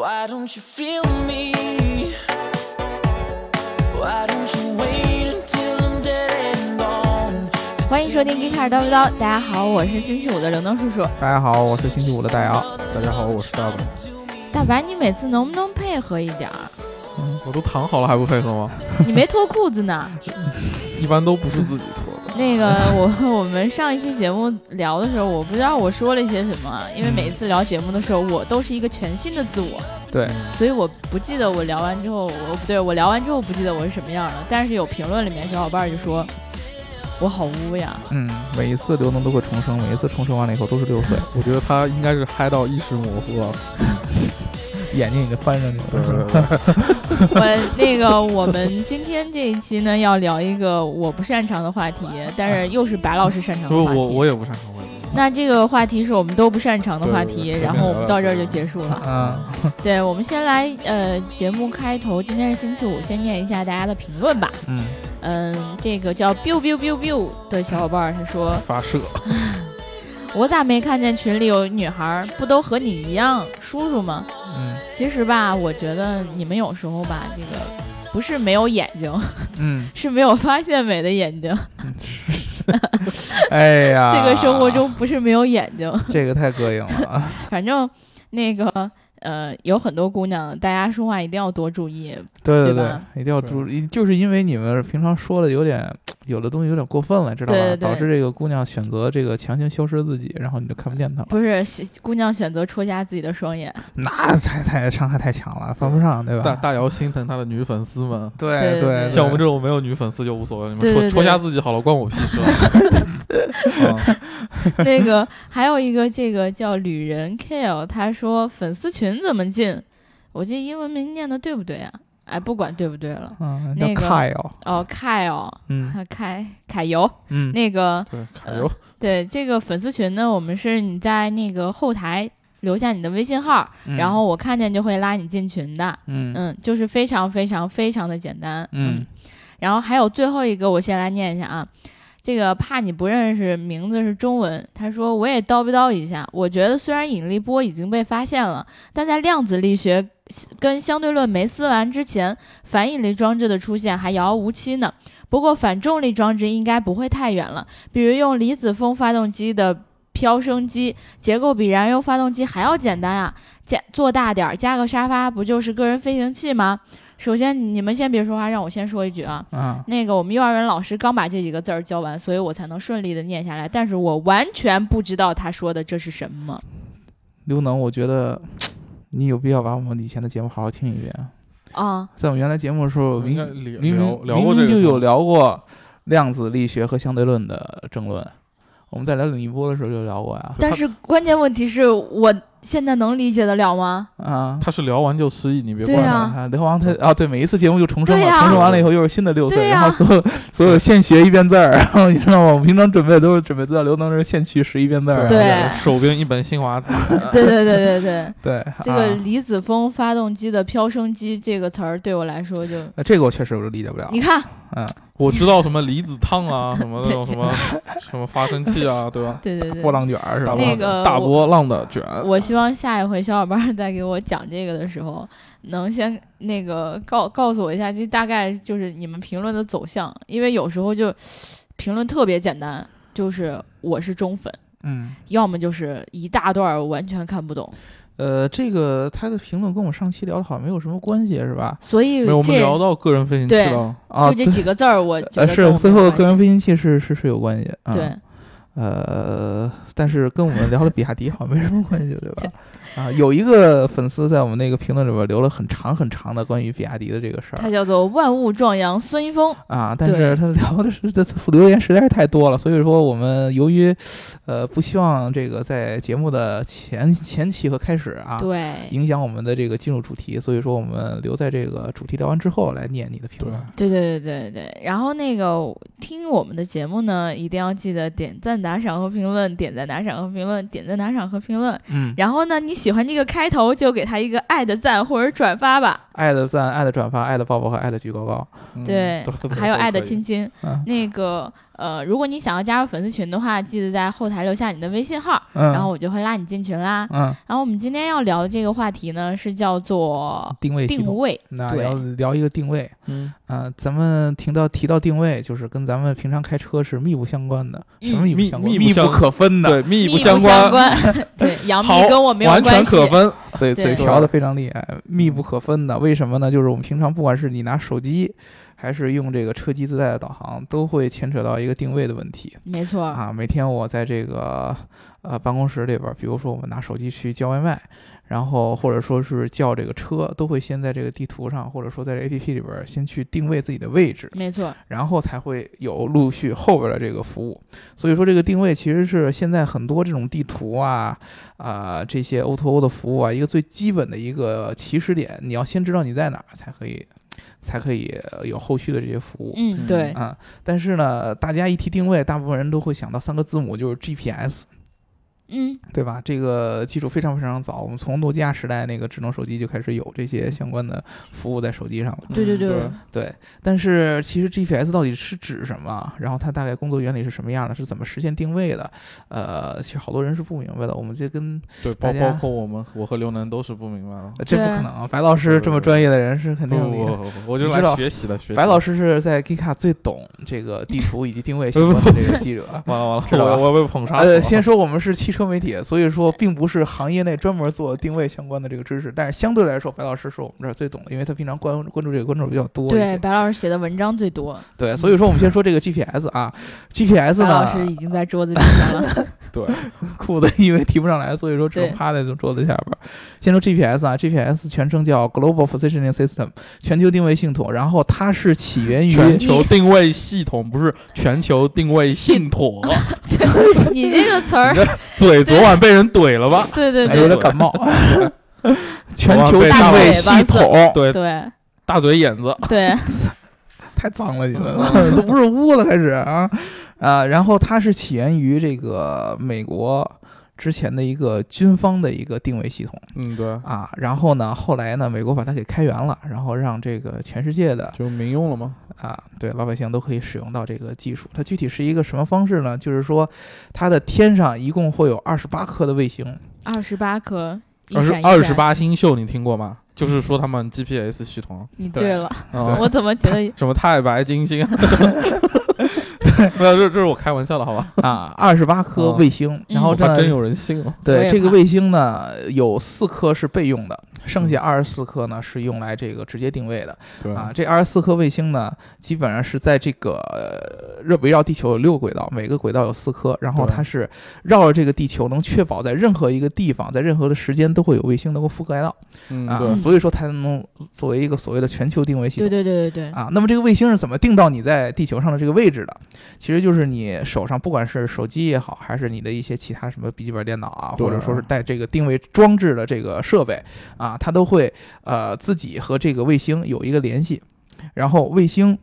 Why don't you feel me? Why don't you wait until I'm dead and gone? 欢迎收听《g 卡尔叨不叨》，大家好，我是星期五的刘能叔叔。大家好，我是星期五的大姚。大家好，我是大本。大白，你每次能不能配合一点儿？嗯我都躺好了还不配合吗？你没脱裤子呢。一般都不是自己脱的。那个，我我们上一期节目聊的时候，我不知道我说了些什么，因为每一次聊节目的时候，我都是一个全新的自我，对，所以我不记得我聊完之后，我不对我聊完之后不记得我是什么样了。但是有评论里面小伙伴就说，我好污呀，嗯，每一次刘能都会重生，每一次重生完了以后都是六 岁，我觉得他应该是嗨到意识模糊啊了。眼睛已经翻上去对了。对对，我那个，我们今天这一期呢，要聊一个我不擅长的话题，但是又是白老师擅长 不的是话题。我，我也不擅长问题。那这个话题是我们都不擅长的话题，对对对然后我们到这儿就结束了。嗯， 对，我们先来呃，节目开头，今天是星期五，先念一下大家的评论吧。嗯，嗯，这个叫 biu biu biu biu 的小伙伴儿他说发射，：“我咋没看见群里有女孩儿？不都和你一样叔叔吗？”嗯其实吧，我觉得你们有时候吧，这个不是没有眼睛。 嗯，是没有发现美的眼睛，哎啊呀，这个生活中不是没有眼睛。这个太膈应了 啊。反正那个呃，有很多姑娘，大家说话一定要多注意。对对对吧，一定要注意，就是因为你们平常说的有点，有的东西有点过分了，知道对对对吧？导致这个姑娘选择这个强行消失自己，然后你就看不见她了。不是 是姑娘选择戳瞎自己的双眼， 那太太伤害太强了，犯不上，对大吧？大姚心疼他的女粉丝们。对对对对像我们这种没有女粉丝就无所谓，你对们对对戳戳瞎自己好了，关我屁事了。 啊那个还有一个这个叫旅人 Kale，他说粉丝群怎么进？我这英文名念的对不对啊？哎，不管对不对了。嗯，那叫个太哦，哦，Kyle，嗯凯凯游，嗯，那个对，哎卡油，对这个粉丝群呢，我们是你在那个后台留下你的微信号，嗯然后我看见就会拉你进群的。嗯嗯，就是非常非常非常的简单。嗯，然后还有最后一个，我先来念一下啊。这个怕你不认识，名字是中文。他说我也叨逼叨一下，我觉得虽然引力波已经被发现了，但在量子力学跟相对论没撕完之前，反引力装置的出现还遥遥无期呢。不过反重力装置应该不会太远了，比如用离子风发动机的飘升机，结构比燃油发动机还要简单啊。加做大点儿，加个沙发，不就是个人飞行器吗？首先，你们先别说话，让我先说一句啊。啊，那个，我们幼儿园老师刚把这几个字儿教完，所以我才能顺利的念下来。但是我完全不知道他说的这是什么。刘能，我觉得你有必要把我们以前的节目好好听一遍。啊，在我们原来节目的时候，明应该明聊明聊明聊过这明个就事儿有聊过量子力学和相对论的争论。我们在聊李一波的时候就聊过呀。但是关键问题是我现在能理解得了 吗？啊，他是聊完就失忆，你别对怪呀他。啊，刘王他啊，对，每一次节目就重生对了，呀重生完了以后又是新的六岁，对呀然后所有所有现学一遍字儿，然后你知道吗？我们平常准备都是准备资料，刘能是现学十一遍字儿。啊对啊手边一本新华 字，对对对对对，对，这个啊离子风发动机的飘升机这个词儿对我来说就，呃这个我确实我理解不了。你看，我知道什么离子 烫啊，什么那种什么什么发生器啊，对吧？对对对波，浪卷儿是吧？那个大我波浪的卷，我希望下一回小伙伴儿在给我讲这个的时候，能先那个告告诉我一下，这大概就是你们评论的走向，因为有时候就评论特别简单，就是我是中粉，嗯，要么就是一大段儿完全看不懂，呃，这个他的评论跟我上期聊的好像没有什么关系，是吧？所以没有，我们这聊到个人飞行器对了。啊，就这对几个字儿，我觉呃得跟我是没最后有的关个人系飞行器是是是有关系，啊、对，呃，但是跟我们聊的比亚迪好像没什么关系， 对吧？啊，有一个粉丝在我们那个评论里边留了很长很长的关于比亚迪的这个事它儿叫做万物壮阳孙一峰，啊，但对是他聊的是这留言实在是太多了，所以说我们由于呃不希望这个在节目的前前期和开始啊，对。影响我们的这个进入主题，所以说我们留在这个主题聊完之后来念你的评论。对对对对对，然后那个听我们的节目呢，一定要记得点赞、打赏和评论，点赞、打赏和评论，点赞、打赏和评论。嗯，然后呢，你喜欢这个开头就给他一个爱的赞或者转发吧，爱的赞、爱的转发、爱的抱抱和爱的举高高。嗯对，还有爱的亲，亲。嗯那个呃，如果你想要加入粉丝群的话，记得在后台留下你的微信号，嗯，然后我就会拉你进群啦。嗯，然后我们今天要聊的这个话题呢，是叫做定位系啊定统，位，那对要聊一个定位，嗯，啊、咱们提到提到定位，就是跟咱们平常开车是密不相关的，什么嗯密不密相关？密不密相不可分的，对，密密不不相关，关， 对，杨幂好跟我没有完关全系，可分。嘴嘴对瓢的非常厉害，密不可分的。为什么呢？就是我们平常不管是你拿手机，还是用这个车机自带的导航，都会牵扯到一个定位的问题没错，啊。每天我在这个呃办公室里边儿，比如说我们拿手机去叫外卖，然后或者说是叫这个车，都会先在这个地图上，或者说在这 APP 里边儿先去定位自己的位置。没错，然后才会有陆续后边的这个服务。所以说，这个定位其实是现在很多这种地图啊、啊、这些 O2O 的服务啊，一个最基本的一个起始点。你要先知道你在哪儿，才可以，才可以呃有后续的这些服务。嗯，嗯对，啊、但是呢，大家一提定位，大部分人都会想到三个字母，就是 GPS，嗯，对吧？这个技术非常非常早，我们从诺基亚时代那个智能手机就开始有这些相关的服务在手机上了。对对对嗯对，对，但是其实 GPS 到底是指什么？啊然后它大概工作原理是什么样的？是怎么实现定位的？呃，其实好多人是不明白的。我们这跟对，大包家包括我们，我和刘能都是不明白了。呃这不对可能啊，白老师这么专业的人是肯不定不理解。不不，我就你来知道学习的，学习的。白老师是在 Gika 最懂这个地图以及定 位相关的这个记者。完了知完道吧了，我我被捧杀死了。呃，先说我们是汽车媒体，所以说并不是行业内专门做定位相关的这个知识，但是相对来说，白老师是我们这儿最懂的，因为他平常关关注这个关注比较多一对，些。白老师写的文章最多，对，所以说我们先说这个 GPS 啊，GPS 白呢，老师已经在桌子底下了，对，裤子因为提不上来，所以说只能对趴在这桌子下边儿。 先说 GPS 啊，GPS 全称叫 Global Positioning System，全球定位系统。然后它是起源于全球定位系统不是全球定位信妥， 你这个词儿你，这嘴昨晚被人怼了吧？对对哎对有点感 冒。全球被定大位嘴巴系统，对，对大嘴眼子，对，太脏了，你嗯们 都不是污了，开始啊啊！然后它是起源于这个美国之前的一个军方的一个定位系统嗯，对，啊。然后呢，后来呢，美国把它给开源了，然后让这个全世界的就民用了吗？啊，对，老百姓都可以使用到这个技术。它具体是一个什么方式呢？就是说，它的天上一共会有二十八颗的卫星，二十八颗，一二十闪一二闪十，八星宿，你听过吗？就是说他们 GPS 系统，你 对对了，啊，我怎么觉 得什么太白金星，没有，这这是我开玩笑的，好吧？啊，二十八颗哦卫星。然后我这怕真有人信了。我对也这个怕卫星呢，有四颗是备用的，剩嗯下二十四颗呢是用来这个直接定位的对啊。这二十四颗卫星呢，基本上是在这个呃绕围绕地球有六个轨道，每个轨道有四颗，然后对它是绕着这个地球，能确保在任何一个地方，在任何的时间都会有卫星能够覆盖到。嗯，啊，对，所以说它能作为一个所谓的全球定位系对统。对对对对，啊，那么这个卫星是怎么定到你在地球上的这个位置的？其实就是你手上不管是手机也好，还是你的一些其他什么笔记本电脑啊，对或者说是带这个定位装置的这个设备啊，它都会呃自己和这个卫星有一个联系，然后卫星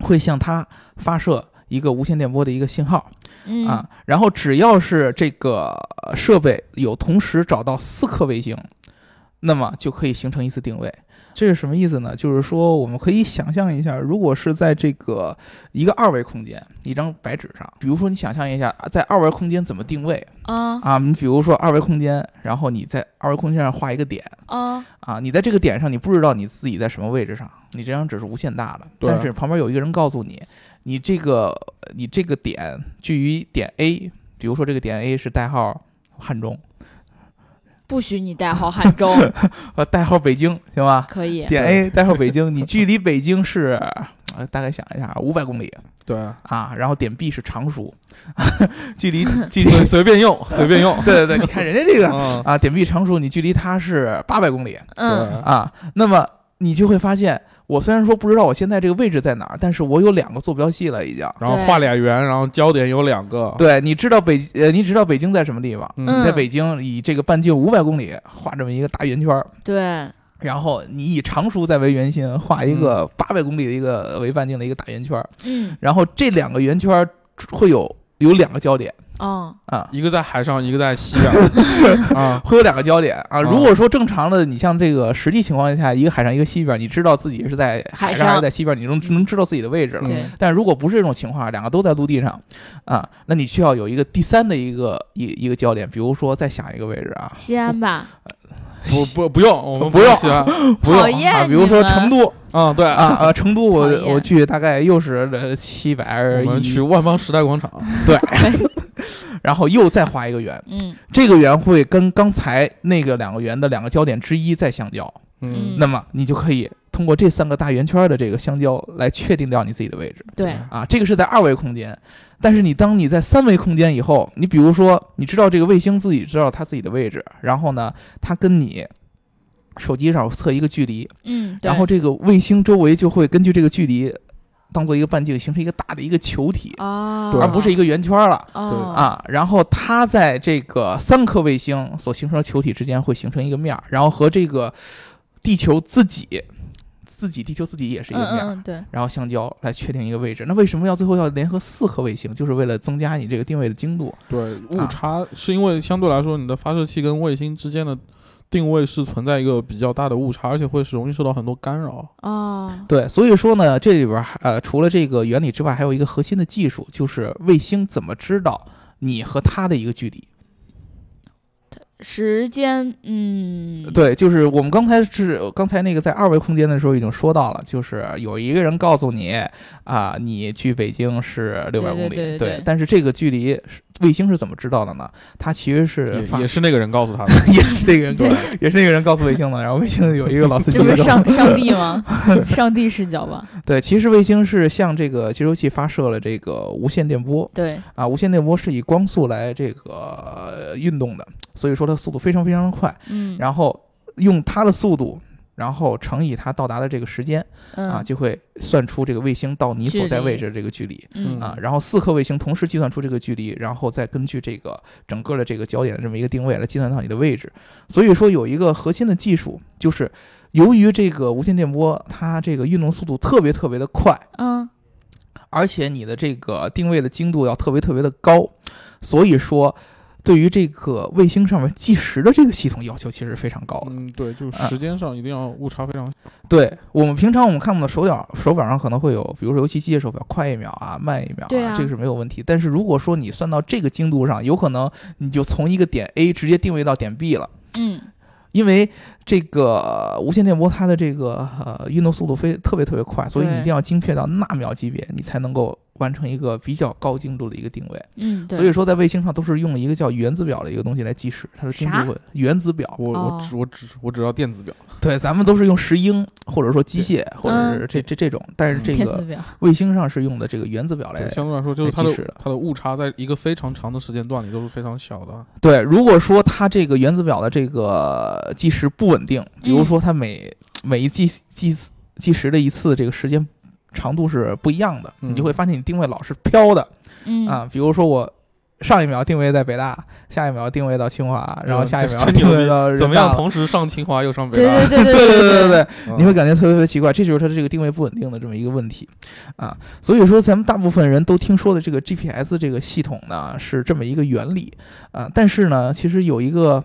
会向它发射一个无线电波的一个信号，嗯啊，然后只要是这个呃设备有同时找到四颗卫星，那么就可以形成一次定位。这是什么意思呢？就是说，我们可以想象一下，如果是在这个一个二维空间，一张白纸上，比如说你想象一下，啊在二维空间怎么定位啊啊？你比如说二维空间，然后你在二维空间上画一个点啊，啊，你在这个点上，你不知道你自己在什么位置上，你这张纸是无限大的，对啊但是旁边有一个人告诉你，你这个你这个点距于点 A，比如说这个点 A 是代号汉中，不许你代号 汉中，呃，代号北京，行吧？可以，点 A 代号北京，你距离北京是，呃，大概想一下，五百公里对，啊，然后点 B 是常熟， 距离距离，。随随便用，随便用对对对，你看人家这个嗯，啊，点 B 常熟，你距离它是八百公里，嗯，啊，那么你就会发现，我虽然说不知道我现在这个位置在哪儿，但是我有两个坐标系了已经。然后画俩圆，然后焦点有两个。对，你知道北呃，你知道北京在什么地方？你嗯在北京以这个半径五百公里画这么一个大圆圈儿，对，然后你以常熟再为圆心画一个八百公里的一个为半径的一个大圆圈儿，嗯然后这两个圆圈儿会有有两个焦点哦，啊，一个在海上，一个在西边啊。会有两个焦点啊。啊如果说正常的，你像这个实际情况下，一个海上一个西边，你知道自己是在海海上还上是在西边，你能能知道自己的位置了。对，但如果不是这种情况，两个都在陆地上，啊，那你需要有一个第三的一个一一个焦点，比如说再想一个位置 啊，西安吧，不不不用，我们不用西安不用讨厌啊，比如说你们 成都啊，对，啊啊，成都我讨厌我去大概又是七百二我们去一，万邦时代广场， 然后又再画一个圆，嗯这个圆会跟刚才那个两个圆的两个焦点之一再相交，嗯那么你就可以通过这三个大圆圈的这个相交来确定掉你自己的位置。对，啊，这个是在二维空间。但是你当你在三维空间以后，你比如说你知道这个卫星自己知道它自己的位置，然后呢，它跟你手机上测一个距离，嗯，对然后这个卫星周围就会根据这个距离当做一个半径，形成一个大的一个球体，哦，而不是一个圆圈了。哦啊，然后它在这个三颗卫星所形成的球体之间会形成一个面儿，然后和这个地球自己，自己地球自己也是一嗯个面嗯儿，嗯对，然后相交来确定一个位置。那为什么要最后要联合四颗卫星？就是为了增加你这个定位的精度。对误啊差是因为相对来说你的发射器跟卫星之间的定位是存在一个比较大的误差，而且会是容易受到很多干扰。哦，对，所以说呢，这里边儿还呃，除了这个原理之外，还有一个核心的技术，就是卫星怎么知道你和它的一个距离。时间，嗯，对，就是我们刚才是刚才那个在二维空间的时候已经说到了，就是有一个人告诉你啊、你距北京是六百对对公对里，对对但是这个距离是卫星是怎么知道的呢？它其实是发也也是那个人告诉他 的， 也是这个人告，也是那个人告诉卫星的。然后卫星有一个老司机，这不是上上帝 吗？上帝视角吧？对，其实卫星是向这个接收器发射了这个无线电波对，啊，无线电波是以光速来这个、呃运动的，所以说它速度非常非常的快。嗯，然后用它的速度，然后乘以它到达的这个时间啊，嗯就会算出这个卫星到你所在位置的这个距离。嗯啊，然后四颗卫星同时计算出这个距离，然后再根据这个整个的这个焦点的这么一个定位来计算到你的位置。所以说有一个核心的技术，就是由于这个无线电波它这个运动速度特别特别的快，嗯而且你的这个定位的精度要特别特别的高，所以说对于这个卫星上面计时的这个系统要求其实非常高的。嗯，对，就是啊时间上一定要误差非常小。对我们平常我们看我们的手表，手表上可能会有，比如说尤其机械手表，快一秒啊，慢一秒对啊这个是没有问题。但是如果说你算到这个精度上，有可能你就从一个点 A 直接定位到点 B 了。嗯因为这个无线电波它的这个呃运动速度非特别特别快，所以你对一定要精确到纳秒级别，你才能够完成一个比较高精度的一个定位。嗯，对所以说，在卫星上都是用一个叫原子表的一个东西来计时，它的精啥度会原子表。我哦我只我只我只要电子表，对，咱们都是用石英或者说机械嗯或者是这这这种，但是这天子个啊表，卫星上是用的这个原子表来对，。相对来说就是来它计时的的它的误差在一个非常长的时间段里都是非常小的。对，如果说它这个原子表的这个计时不稳定，比嗯如说它每每一计计计时的一次这个时间长度是不一样的，嗯你就会发现你定位老是飘的嗯啊。比如说我。上一秒定位在北大，下一秒定位到清华，然后嗯下一 这秒吹定牛位逼到人怎么样大了嗯同 时上清华又上北对 大？对对对对对对，对你会感觉特别特别奇怪，这就是它的这个定位不稳定的这么一个问题啊。所以说，咱们大部分人都听说的这个 GPS 这个系统呢，是这么一个原理啊。但是呢，其实有一个，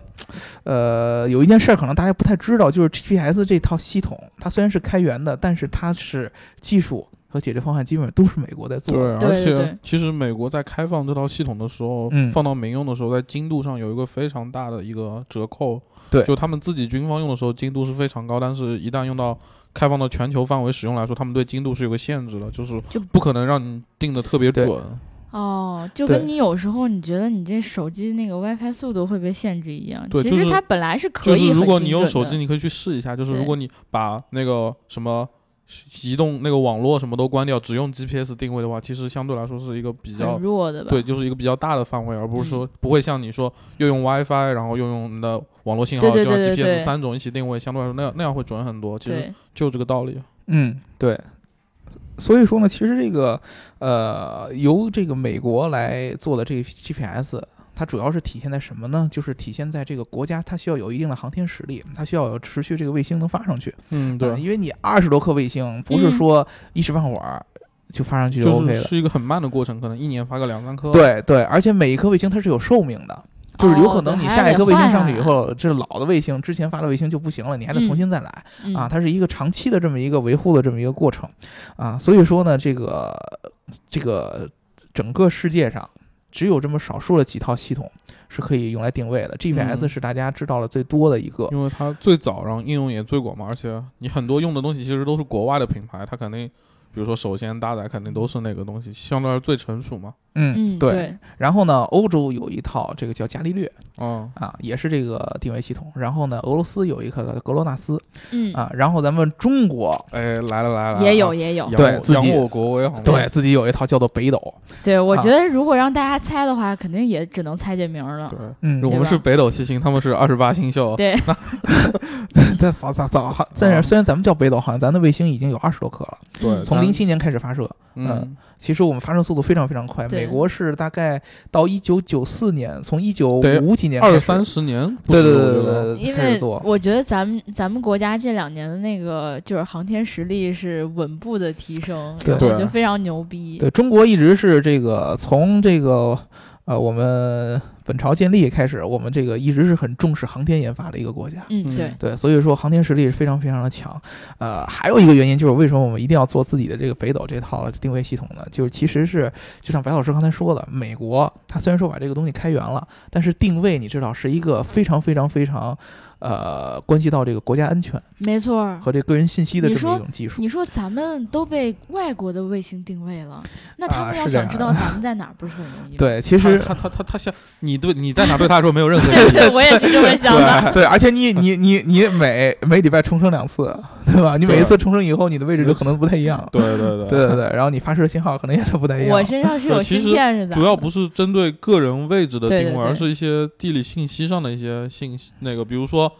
呃，有一件事儿可能大家不太知道，就是 GPS 这套系统，它虽然是开源的，但是它是技术和解决方案基本上都是美国在做的。对对，而对对且其实美国在开放这套系统的时候，嗯放到民用的时候，在精度上有一个非常大的一个折扣。对就他们自己军方用的时候，精度是非常高，但是一旦用到开放到全球范围使用来说，他们对精度是有个限制的，就是就不可能让你定的特别对准。哦，就对跟你有时候你觉得你这手机那个 WiFi 速度会被限制一样，对其就实是它本来是可就以是很精准的。如果你用手机，你可以去试一下，就是对如果你把那个什么。移动那个网络什么都关掉，只用 GPS 定位的话，其实相对来说是一个比较很弱的吧？嗯对，就是一个比较大的范围，而不是说不会像你说又用 WiFi，然后又用你的网络信号，对对就像对对对 GPS 三种一起定位，相对来说那样那样会准很多。其实对就这个道理。嗯，对。所以说呢，其实这个呃，由这个美国来做的这个 GPS，它主要是体现在什么呢？就是体现在这个国家它需要有一定的航天实力，它需要有持续这个卫星能发上去。啊嗯，呃因为你二十多颗卫星，不是嗯说一时半会儿。就发上去就就 OK 是了。是一个很慢的过程，可能一年发个两三颗。，对对，而且每一颗卫星它是有寿命的，就是哦有可能你下一颗卫星啊上去以，后，这老的卫星之前发的卫星就不行了，你还得重新再来。对还得换呀啊，，它是一个长期的这么一个维护的这么一个过程啊，所以说呢，这个这个整个世界上只有这么少数的几套系统是可以用来定位的，GPS 嗯是大家知道了最多的一个，因为它最早，然后应用也最广嘛，而且你很多用的东西其实都是国外的品牌，它肯定，比如说首先搭载肯定都是那个东西，相对来说最成熟嘛。嗯嗯，对。对，然后呢，欧洲有一套这个叫伽利略哦，啊，也是这个定位系统。然后呢，俄罗斯有一个格罗纳斯嗯，啊，然后咱们中国哎，来了来了，也有也有扬，对我自己扬我国威好吗？对，自己有一套叫做北斗，对我啊觉得如果让大家猜的话，肯定也只能猜这名儿了。对，嗯我对们吧是北斗七星，他们是二十八星宿。对， 但早早早，好但是虽然咱们叫北斗，好像咱的卫星已经有二十多颗了，对嗯从咱零七年开始发射，嗯嗯，其实我们发射速度非常非常快，对美国是大概到一九九四年，从一九对五几年开始二三，十年不对止，对我对觉对得对，对因开始为做。我觉得咱们咱们国家这两年的那个就是航天实力是稳步的提升，对然后对就非常牛逼。对中国一直是这个从这个呃我们本朝建立开始，我们这个一直是很重视航天研发的一个国家。嗯，嗯对，对，所以说航天实力是非常非常的强。呃，还有一个原因就是为什么我们一定要做自己的这个北斗这套定位系统呢？就是其实是就像白老师刚才说的，美国它虽然说把这个东西开源了，但是定位你知道是一个非常非常非常呃关系到这个国家安全没错儿。和这个个人信息的你这么说一种技术。你说咱们都被外国的卫星定位了，那他啊们是要这想样知道咱们在哪儿，不是很 容易 吗？对，其他实他他他他像你对你在哪对他来说没有任何意义。啊 我也是这么想的。对，啊而且你你你你每每礼拜重生两次，对吧？你每一次重生以后，你的位置就可能不太一样。对对对对对，然后你发射信号可能也都不太一样。我身上是有对其芯实片是的，主要不是针对个人位置的定对位，对对而是一些地理信息上的一些信息。那个，比如说，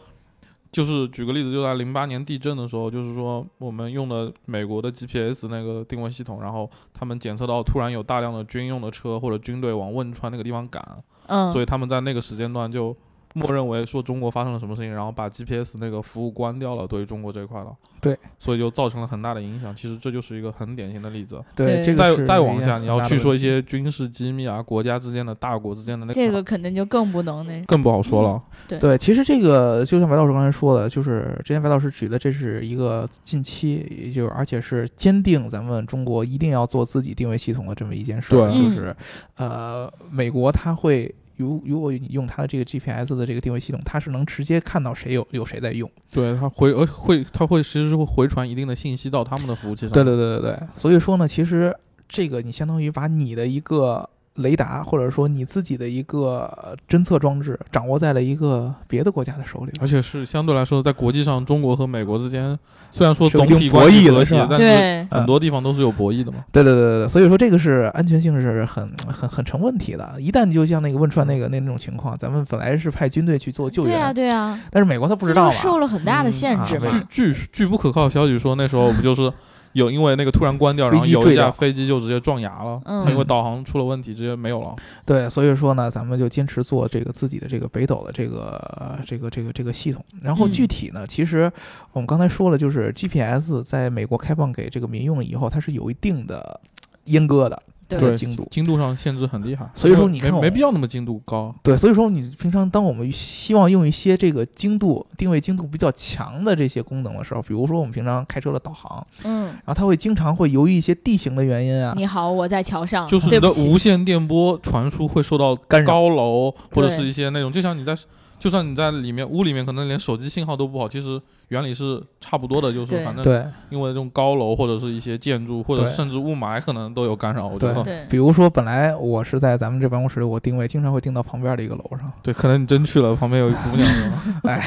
就是举个例子，就在零八年地震的时候，就是说我们用的美国的 GPS 那个定位系统，然后他们检测到突然有大量的军用的车或者军队往汶川那个地方赶，嗯，所以他们在那个时间段就默认为说中国发生了什么事情，然后把 GPS 那个服务关掉了，对于中国这一块了。对，所以就造成了很大的影响。其实这就是一个很典型的例子。对对这个再是再一往个下，很你要大的去问说一题些军事机密啊，国家之间的、大国之间的那这个嗯肯定就更不能那更不好说了。对，其实这个就像白老师刚才说的，就是之前白老师举的，这是一个近期，也就是而且是坚定咱们中国一定要做自己定位系统的这么一件事儿，对就是呃，美国它会。如如果你用它的这个 GPS 的这个定位系统，它是能直接看到谁有有谁在用。对，它回呃会，它会其实是会回传一定的信息到他们的服务器上。对对对对对，所以说呢，其实这个你相当于把你的一个雷达，或者说你自己的一个侦测装置，掌握在了一个别的国家的手里。而且是相对来说，在国际上，中国和美国之间虽然说是有总体一定博关系弈的和是谐吧，嗯但是对，很多地方都是有博弈的嘛。对对对对对，所以说这个是安全性是很很很成问题的。一旦就像那个汶川那个那种情况，咱们本来是派军队去做救对援，啊对啊，但是美国他不知道这就，嘛受了很大的限制嗯嘛啊。据据据不可靠消息说，那时候不就是有因为那个突然关掉，然后飞机有坠一架掉飞机就直接撞崖了，嗯它因为导航出了问题，直接没有了。对，所以说呢，咱们就坚持做这个自己的这个北斗的这个这个这个这个系统。然后嗯具体呢，其实我们刚才说了，就是 GPS 在美国开放给这个民用以后，它是有一定的阉割的这对个精度。精度上限制很厉害，所以说你没看我没必要那么精度高。对，所以说你平常当我们希望用一些这个精度定位精度比较强的这些功能的时候，比如说我们平常开车的导航，嗯，然后它会经常会由于一些地形的原因啊，你好，我在桥上，就是啊对你的不起无线电波传输会受到干扰高楼或者对是一些那种，就像你在，就算你在里面屋里面，可能连手机信号都不好，其实原理是差不多的，就是对反正对因为这种高楼或者是一些建筑或者对甚至雾霾可能都有干扰。我觉对得对啊比如说本来我是在咱们这办公室里，我定位经常会定到旁边的一个楼上， 对，可能你真去了，旁边有一姑娘是吧，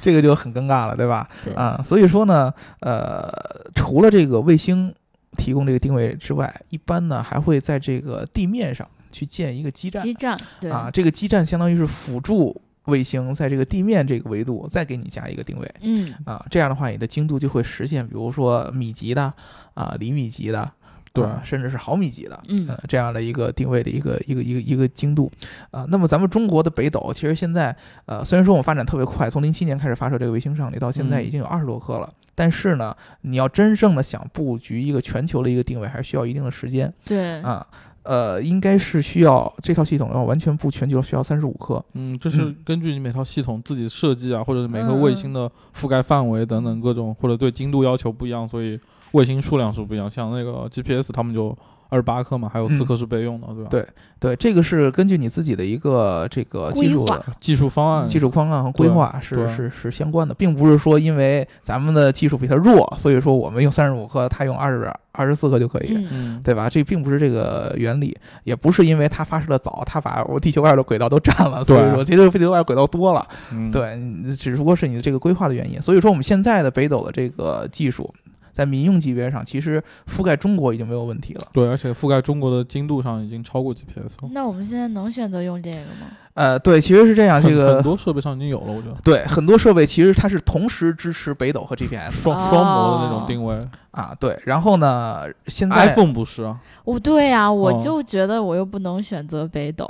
这个就很尴尬了，对吧？对啊，所以说呢，呃，除了这个卫星提供这个定位之外，一般呢还会在这个地面上去建一个基站基站，对啊，，这个基站相当于是辅助卫星在这个地面这个维度再给你加一个定位嗯，啊，这样的话你的精度就会实现，比如说米级的啊、厘米级的对啊甚至是毫米级的，嗯呃这样的一个定位的一个一个一个一个精度啊、那么咱们中国的北斗，其实现在呃，虽然说我们发展特别快，从零七年开始发射这个卫星上去，到现在嗯已经有二十多颗了。但是呢，你要真正的想布局一个全球的一个定位，还是需要一定的时间对，啊。呃，应该是需要这套系统要完全布全球，需要三十五颗。嗯，这是嗯根据你每套系统自己设计啊，或者是每个卫星的覆盖范围等等各种，或者对精度要求不一样，所以卫星数量是不一样。像那个 GPS，他们就二十八颗嘛，还有嗯四颗是备用的，对吧？对对，这个是根据你自己的一个这个技术规划技术方案技术框架啊和规划是嗯对是是相关的，并不是说因为咱们的技术比它弱，所以说我们用三十五克，他用二十二十四克就可以，嗯，嗯，对吧？这并不是这个原理，也不是因为它发射的早，它把我地球外的轨道都占了，所以对说其实地球外的轨道多了，嗯，对，你只不过是你的这个规划的原因。所以说我们现在的北斗的这个技术，在民用级别上，其实覆盖中国已经没有问题了。对，而且覆盖中国的精度上已经超过 GPS 了，那我们现在能选择用这个吗？呃，对，其实是这样，这很个很多设备上已经有了，我觉得对，很多设备其实它是同时支持北斗和 GPS 双哦双模的那种定位啊，对。然后呢，现在，iPhone 不是啊，我对呀、我哦就觉得我又不能选择北斗，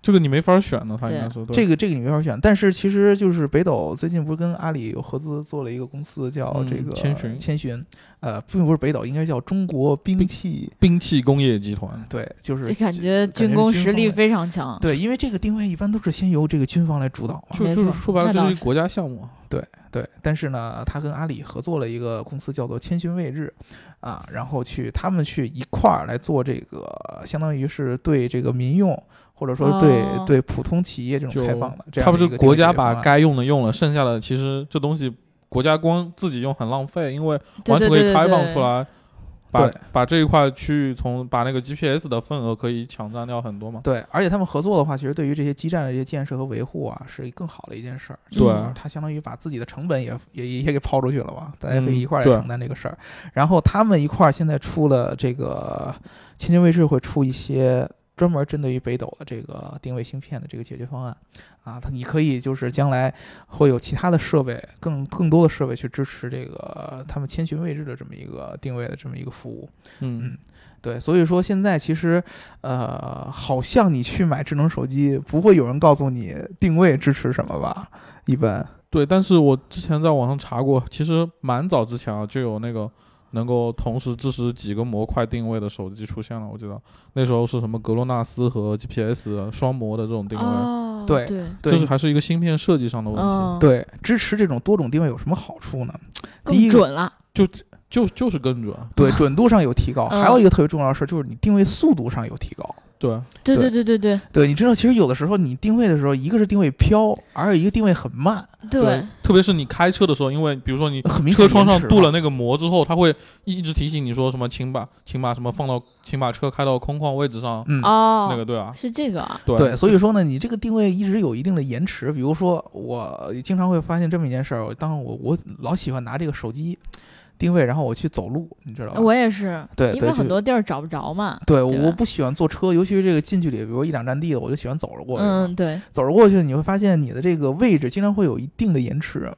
这个你没法选的，它应对该是这个个这个你没法选，但是其实就是北斗最近不是跟阿里有合资做了一个公司叫嗯这个千寻千寻，呃，并不是北斗，应该叫中国兵兵器，兵器工业集团，对，就是就感觉感觉军工是实力方面非常强。对，因为这个定位一般都是先由这个军方来主导嘛，就没就是错说白那了，这倒是一是国家项目啊，对，但是呢，他跟阿里合作了一个公司叫做千寻卫日，啊，然后去他们去一块儿来做这个，相当于是对这个民用或者说对、哦对普通企业这种就开放的这它样不的是一个国定位家解决方把案该用的用了，剩下的其实这东西国家光自己用很浪费，因为对完对全可对以对开放对出来，把对把这一块区域从把那个 GPS 的份额可以抢占掉很多嘛。对，而且他们合作的话，其实对于这些基站的这些建设和维护啊，是更好的一件事儿。对啊嗯他相当于把自己的成本也也也也给抛出去了嘛，大家可以嗯一块儿来对承担这个事儿。然后他们一块儿现在出了这个千金卫视会出一些专门针对于北斗的这个定位芯片的这个解决方案啊，它你可以就是将来会有其他的设备，更更多的设备去支持这个他们千寻卫视的这么一个定位的这么一个服务。嗯，对，所以说现在其实，呃，好像你去买智能手机，不会有人告诉你定位支持什么吧？一般，对。但是我之前在网上查过，其实蛮早之前啊就有那个。能够同时支持几个模块定位的手机出现了，我记得那时候是什么格洛纳斯和 GPS 啊双模的这种定位，哦，对对，对这是还是一个芯片设计上的问题。嗯，，对，支持这种多种定位有什么好处呢？第一更个准了。就就是跟准， 对，准度上有提高，嗯还有一个特别重要的事儿就是你定位速度上有提高。对，对对对对对对，你知道，其实有的时候你定位的时候，一个是定位飘，而有一个定位很慢，对对，特别是你开车的时候，因为比如说你很明显车窗上延迟镀嘛了。那个膜之后，它会一直提醒你说什么，请把请把什么放到，请把车开到空旷位置上，嗯，哦，那个对啊，是这个啊，对对，所以说呢，你这个定位一直有一定的延迟。比如说，我经常会发现这么一件事儿，我当我我老喜欢拿这个手机定位，然后我去走路，你知道吧？我也是，啊对因为对就很多地儿找不着嘛。对，对我吧不喜欢坐车，尤其是这个近距离，比如一两站地的，我就喜欢走着过去。嗯，对，走着过去，你会发现你的这个位置经常会有一定的延迟。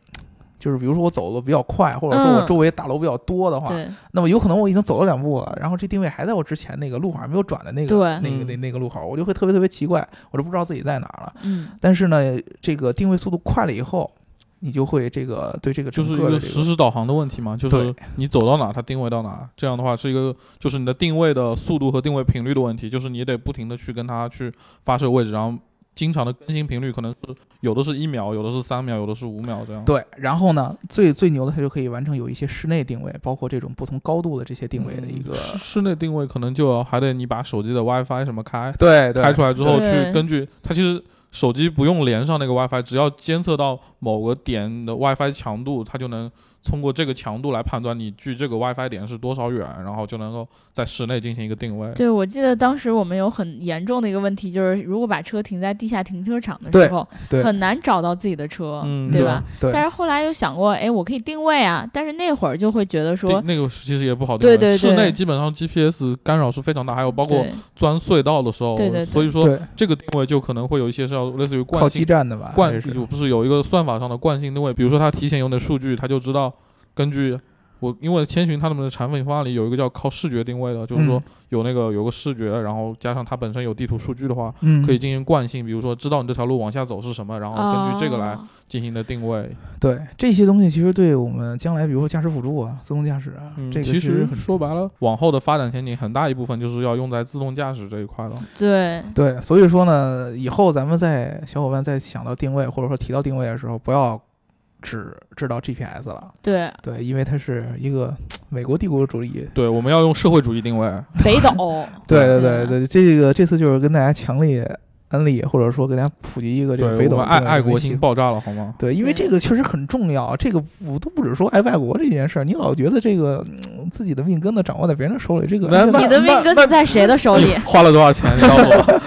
就是比如说我走的比较快，或者说我嗯周围大楼比较多的话，对，那么有可能我已经走了两步了，然后这定位还在我之前那个路口还没有转的那个对那个那嗯那个路口，我就会特别特别奇怪，我就不知道自己在哪儿了。嗯，但是呢，这个定位速度快了以后，你就会这个对这个就整是一个的个这实个时导航的问题嘛，就是对 你走到哪，它定位到哪。这样的话是一个，就是你的定位的速度和定位频率的问题，就是你得不停的去跟它去发射位置，然后经常的更新频率可能是有的是一秒，有的是三秒，有的是五秒这样。对，然后呢，最最牛的它就可以完成有一些室内定位，包括这种不同高度的这些定位的一嗯个室室内定位可能就还得你把手机的 WiFi 什么开，对对开出来之后去对根据它其实手机不用连上那个 WiFi，只要监测到某个点的 WiFi 强度，它就能通过这个强度来判断你距这个 WiFi 点是多少远，然后就能够在室内进行一个定位。对，我记得当时我们有很严重的一个问题，就是如果把车停在地下停车场的对时候，对很难找到自己的车，嗯对吧？对但是后来又想过，哎，我可以定位啊，但是那会儿就会觉得说定，那个其实也不好定对位，对对室内基本上 GPS 干扰是非常大，还有包括对钻隧道的时候，对对对所以说对这个定位就可能会有一些是要类似于靠惯性基站的吧？惯还是不是有一个算法上的惯性定位，比如说它提前有点数据，它就知道根据我因为千寻他们的产品方案里有一个叫靠视觉定位的，就是说嗯有那个有个视觉，然后加上它本身有地图数据的话，嗯，可以进行惯性，比如说知道你这条路往下走是什么，然后哦根据这个哦来进行的定位。对这些东西，其实对我们将来，比如说驾驶辅助啊、自动驾驶啊，嗯，这个其实很说白了，往后的发展前景很大一部分就是要用在自动驾驶这一块了。对，对，所以说呢，以后咱们在小伙伴在想到定位或者说提到定位的时候，不要只知道 GPS 了，对，对，因为它是一个美国帝国主义。，对，我们要用社会主义定位。北斗对对对对对，这个这次就是跟大家强烈安利，或者说给大家普及一个这个对，北我斗们爱定位爱的国信息心爆炸了，好吗？对，因为对这个确实很重要。这个我都不只说爱外国这件事儿，你老觉得这个、嗯自己的命根子掌握在别人手里，这个那安全那你的命根子在谁的手 里？花了多少钱？你告诉我，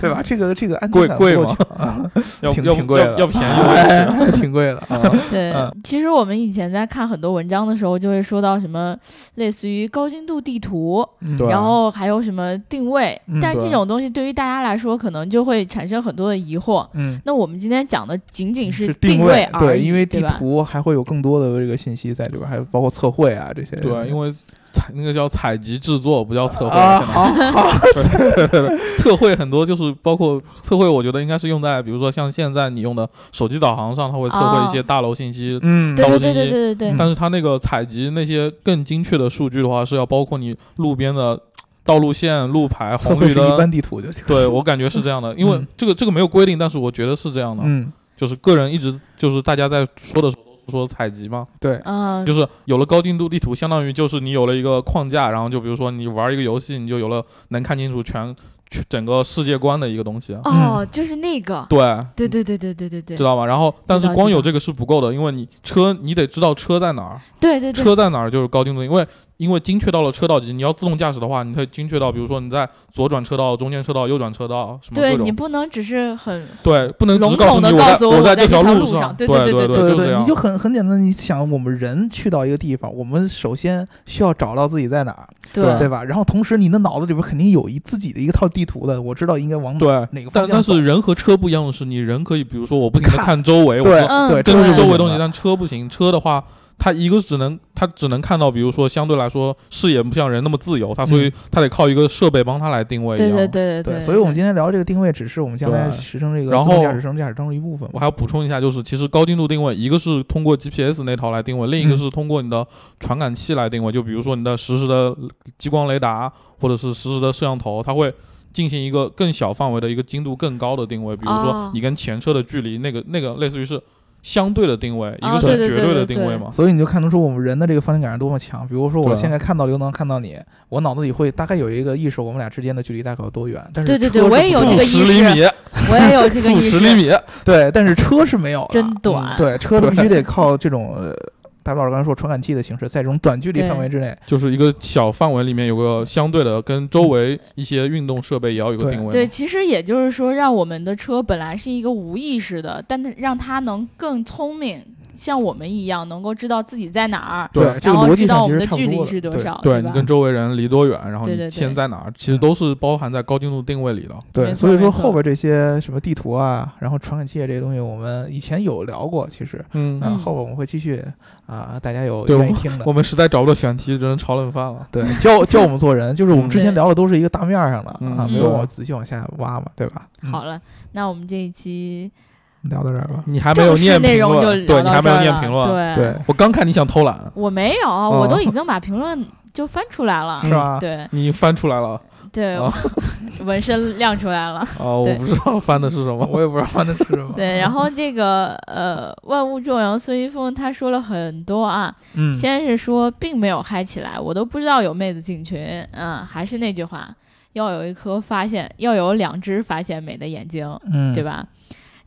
对吧？这个这个安贵全感贵不够吗强啊要挺要挺贵的要要便宜吗？哎，挺贵的。 啊对嗯，其实我们以前在看很多文章的时候，就会说到什么类似于高精度地图，嗯对然后还有什么定位嗯，但是对这种东西对于大家来说，可能就会产生很多的疑惑。嗯，那我们今天讲的仅仅是定位，而对，已，因为地吧？图还会有更多的这个信息在里边，还有包括测绘啊这些。对，因为采那个叫采集制作，不叫测绘。啊，现在好好，对对对对， 测绘很多就是包括测绘，我觉得应该是用在比如说像现在你用的手机导航上，它会测绘一些大楼信息。啊嗯，对道对路对信对息对对对但是它那个采集那些更精确的数据的话，是要包括你路边的道路线、路牌、测红绘绿是一灯。般地图就行。对我感觉是这样的，因为嗯这个这个没有规定，但是我觉得是这样的。嗯，就是个人一直就是大家在说的时候都是说采集嘛，对，啊，就是有了高精度地图，相当于就是你有了一个框架，然后就比如说你玩一个游戏，你就有了能看清楚全全整个世界观的一个东西。哦，就是那个，嗯对，对对对对对对对知道吧？然后，但是知道光有这个是不够的，因为你车你得知道车在哪儿，对对对，车在哪儿就是高精度，因为因为精确到了车道级，你要自动驾驶的话，你可以精确到，比如说你在左转车道、中间车道、右转车道什么对各你种。不能只是很对，不能只笼告诉统你地我告在诉我我在这这条路路上对对对对对对就对这对，样你就。很很简单，你想我们人去到一个地方，我们首先需要找到自己在哪儿，对对吧？然后同时你的脑子里边肯定有一自己的一套地图的，我知道应该往哪对，哪个方但向但走是人和车不一样的是，你人可以，比如说我不停的看看周围，我知对道嗯对，对根据是周围这东西，样的但车不行。车的话，它一个只能它只能看到，比如说相对来说视野不像人那么自由，它所以嗯它得靠一个设备帮它来定位一样。对对对对，所以我们今天聊这个定位，只是我们将来对实生这个然自动后驾驶、生驾驶当中一部分我。还要补充一下，就是其实高精度定位，一个是通过 GPS 那套来定位，另一个嗯是通过你的传感器来定位，就比如说你的实时的激光雷达或者是实时的摄像头，它会进行一个更小范围的一个精度更高的定位，比如哦说你跟前车的距离，那个那个类似于是相对的定位，一哦个对是对绝对的对定对位嘛。所以你就看得出我们人的这个方向感是多么强。比如说，我对现在看到刘能，看到你，我脑子里会大概有一个意识，我们俩之间的距离大概有多远。但是对对对车是我也有不这个负意10识厘米，我也有 这个负意十识，厘米，对，但是车是没有的。真短，对，车必须得靠这种呃大白老师刚才说传感器的形式，在这种短距离对范围之内，就是一个小范围里面有个相对的，跟周围一些运动设备也要有个对定位对，嘛。其实也就是说，让我们的车本来是一个无意识的，但它让它能更聪明，像我们一样，能够知道自己在哪儿，对哎这然个后逻辑知道上我其们的实差不距离多是的。多对少，对你哦吧跟？周围人离多远，然后对对你对嗯现在哪儿，其实都是包含在高精度定位里的。没对，错所以说没错后边这些什么地图啊，然后传感器啊这些东西，我们以前有聊过，其实嗯啊，嗯后边我们会继续啊，大家有对愿意听的我。们实在找不到选题，只能炒冷饭了。对，教教我们做人，就是我们之前嗯对聊的都是一个大面儿上的啊，嗯没有嗯往仔细往下挖嘛，对吧？嗯好，了，那我们这一期聊到这儿吧。你还没有正式念内评容就论，聊对你到还这没有儿念评了。论。嗯对，我刚看你想偷懒，我没有，我都已经把评论就翻出来了。是吧？对你翻出来了对哦，纹身亮出来了。啊？我对不知道翻的是什么。我也不知道那是什么。对，然后这个呃，万物众阳孙一峰他说了很多啊，嗯，先是说并没有嗨起来，我都不知道有妹子进群。嗯，还是那句话，要有一颗发现，要有两只发现美的眼睛，嗯，对？吧？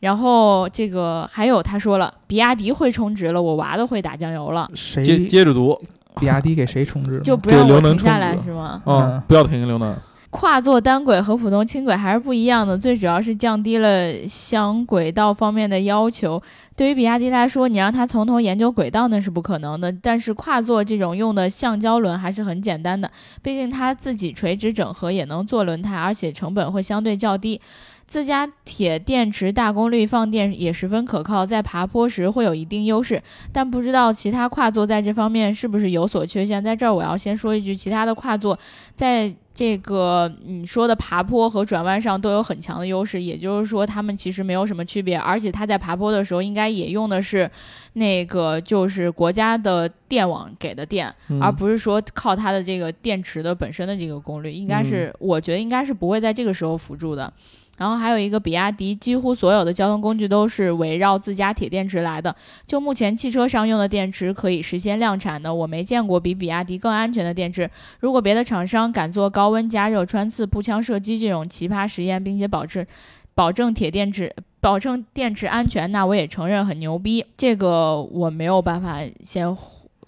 然后这个还有他说了，比亚迪会充值了，我娃都会打酱油了，接嗯谁接着读，比亚迪给谁充值了？就不给让刘我能停下充来值是吗？嗯嗯，不要停，刘能。跨座单轨和普通轻轨还是不一样的，最主要是降低了相轨道方面的要求。对于比亚迪来说，你让它从头研究轨道那是不可能的，但是跨座这种用的橡胶轮还是很简单的，毕竟它自己垂直整合也能做轮胎，而且成本会相对较低。自家铁电池大功率放电也十分可靠，在爬坡时会有一定优势，但不知道其他跨座在这方面是不是有所缺陷。在这儿我要先说一句，其他的跨座在这个你说的爬坡和转弯上都有很强的优势，也就是说它们其实没有什么区别，而且它在爬坡的时候应该也用的是那个就是国家的电网给的电，嗯而不是说靠它的这个电池的本身的这个功率，应该是、我觉得应该是不会在这个时候辅助的。然后还有一个比亚迪，几乎所有的交通工具都是围绕自家铁电池来的。就目前汽车上用的电池可以实现量产的，我没见过比比亚迪更安全的电池。如果别的厂商敢做高温加热、穿刺、步枪射击这种奇葩实验，并且保持保证铁电池保证电池安全，那我也承认很牛逼。这个我没有办法先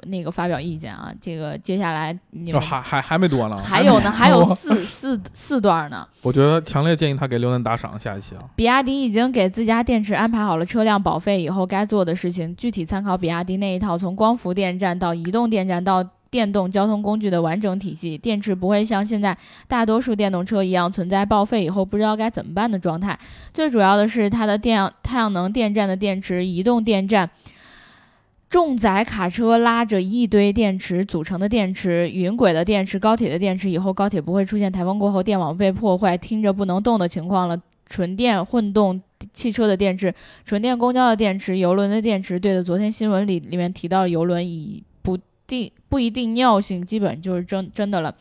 那个发表意见啊。这个接下来你哦们还还还没读完了啊，还有呢，还有四四四段呢。我觉得强烈建议他给刘能打赏下一期啊。比亚迪已经给自家电池安排好了车辆保费以后该做的事情，具体参考比亚迪那一套，从光伏电站到移动电站到。电动交通工具的完整体系，电池不会像现在大多数电动车一样存在报废以后不知道该怎么办的状态。最主要的是，它的电太阳能电站的电池、移动电站、重载卡车拉着一堆电池组成的电池、云轨的电池、高铁的电池，以后高铁不会出现台风过后电网被破坏、听着不能动的情况了。纯电混动汽车的电池、纯电公交的电池、邮轮的电池。对的，昨天新闻里里面提到了邮轮以不定不一定尿性，基本就是真真的了。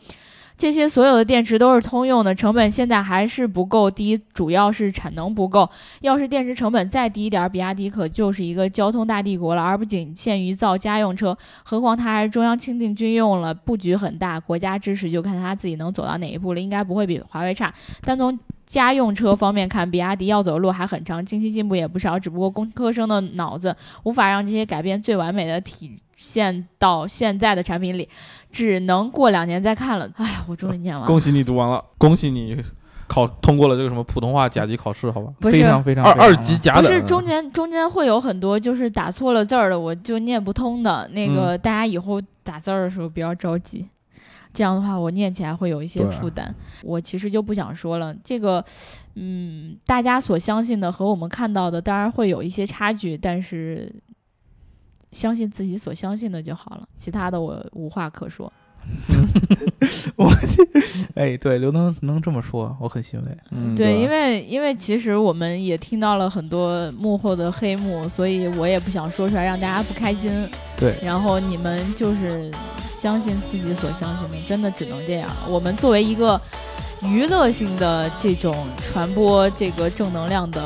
这些所有的电池都是通用的，成本现在还是不够低，主要是产能不够。要是电池成本再低一点儿，比亚迪可就是一个交通大帝国了，而不仅限于造家用车。何况它还是中央倾尽军用了，布局很大，国家支持就看它自己能走到哪一步了，应该不会比华为差。但从家用车方面看，比亚迪要走的路还很长，经济进步也不少，只不过工科生的脑子无法让这些改变最完美的体现到现在的产品里，只能过两年再看了。哎，我终于念完了，恭喜你读完了，恭喜你考通过了这个什么普通话甲级考试，好吧？不非是。常非常二非常啊二级甲嗯嗯不等啊是中间中间会有很多就是打错了字儿的，我就念不通的嗯那个，大家以后打字儿的时候不要着急，这样的话我念起来会有一些对负担。我其实就不想说了，这个，嗯，大家所相信的和我们看到的当然会有一些差距，但是相信自己所相信的就好了，其他的我无话可说。哎，对，刘能能这么说，我很欣慰。嗯，对，因为因为其实我们也听到了很多幕后的黑幕，所以我也不想说出来让大家不开心。对，然后你们就是相信自己所相信的，真的只能这样。我们作为一个娱乐性的这种传播这个正能量的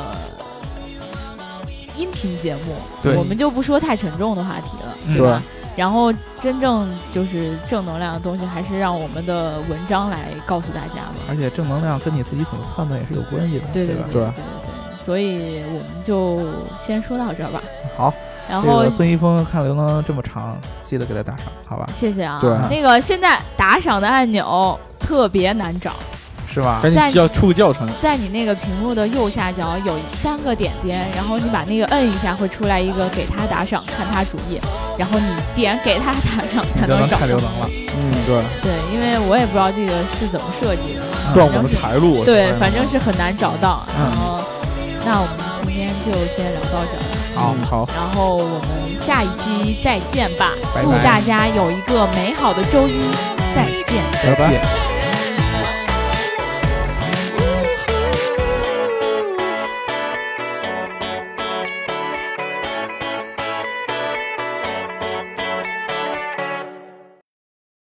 音频节目，对我们就不说太沉重的话题了，嗯对吧？然后真正就是正能量的东西，还是让我们的文章来告诉大家吧。而且正能量跟你自己怎么判断也是有关系的，对对吧？对对对，所以我们就先说到这儿吧。好，然这后个孙一峰看刘能这么长，记得给他打赏，好吧？谢谢啊，对那个现在打赏的按钮特别难找，是吧？赶在紧教出个教程。在你那个屏幕的右下角有三个点点，然后你把那个摁一下，会出来一个给他打赏，看他主页，然后你点给他打赏才你就能能找看刘到。能了。嗯，对，对，因为我也不知道这个是怎么设计的，嗯断我们财路。我对说，哎反正是很难找到。嗯然后，那我们今天就先聊到这儿。好嗯好，然后我们下一期再见吧，拜拜祝大家有一个美好的周一，再见。拜拜。 Thank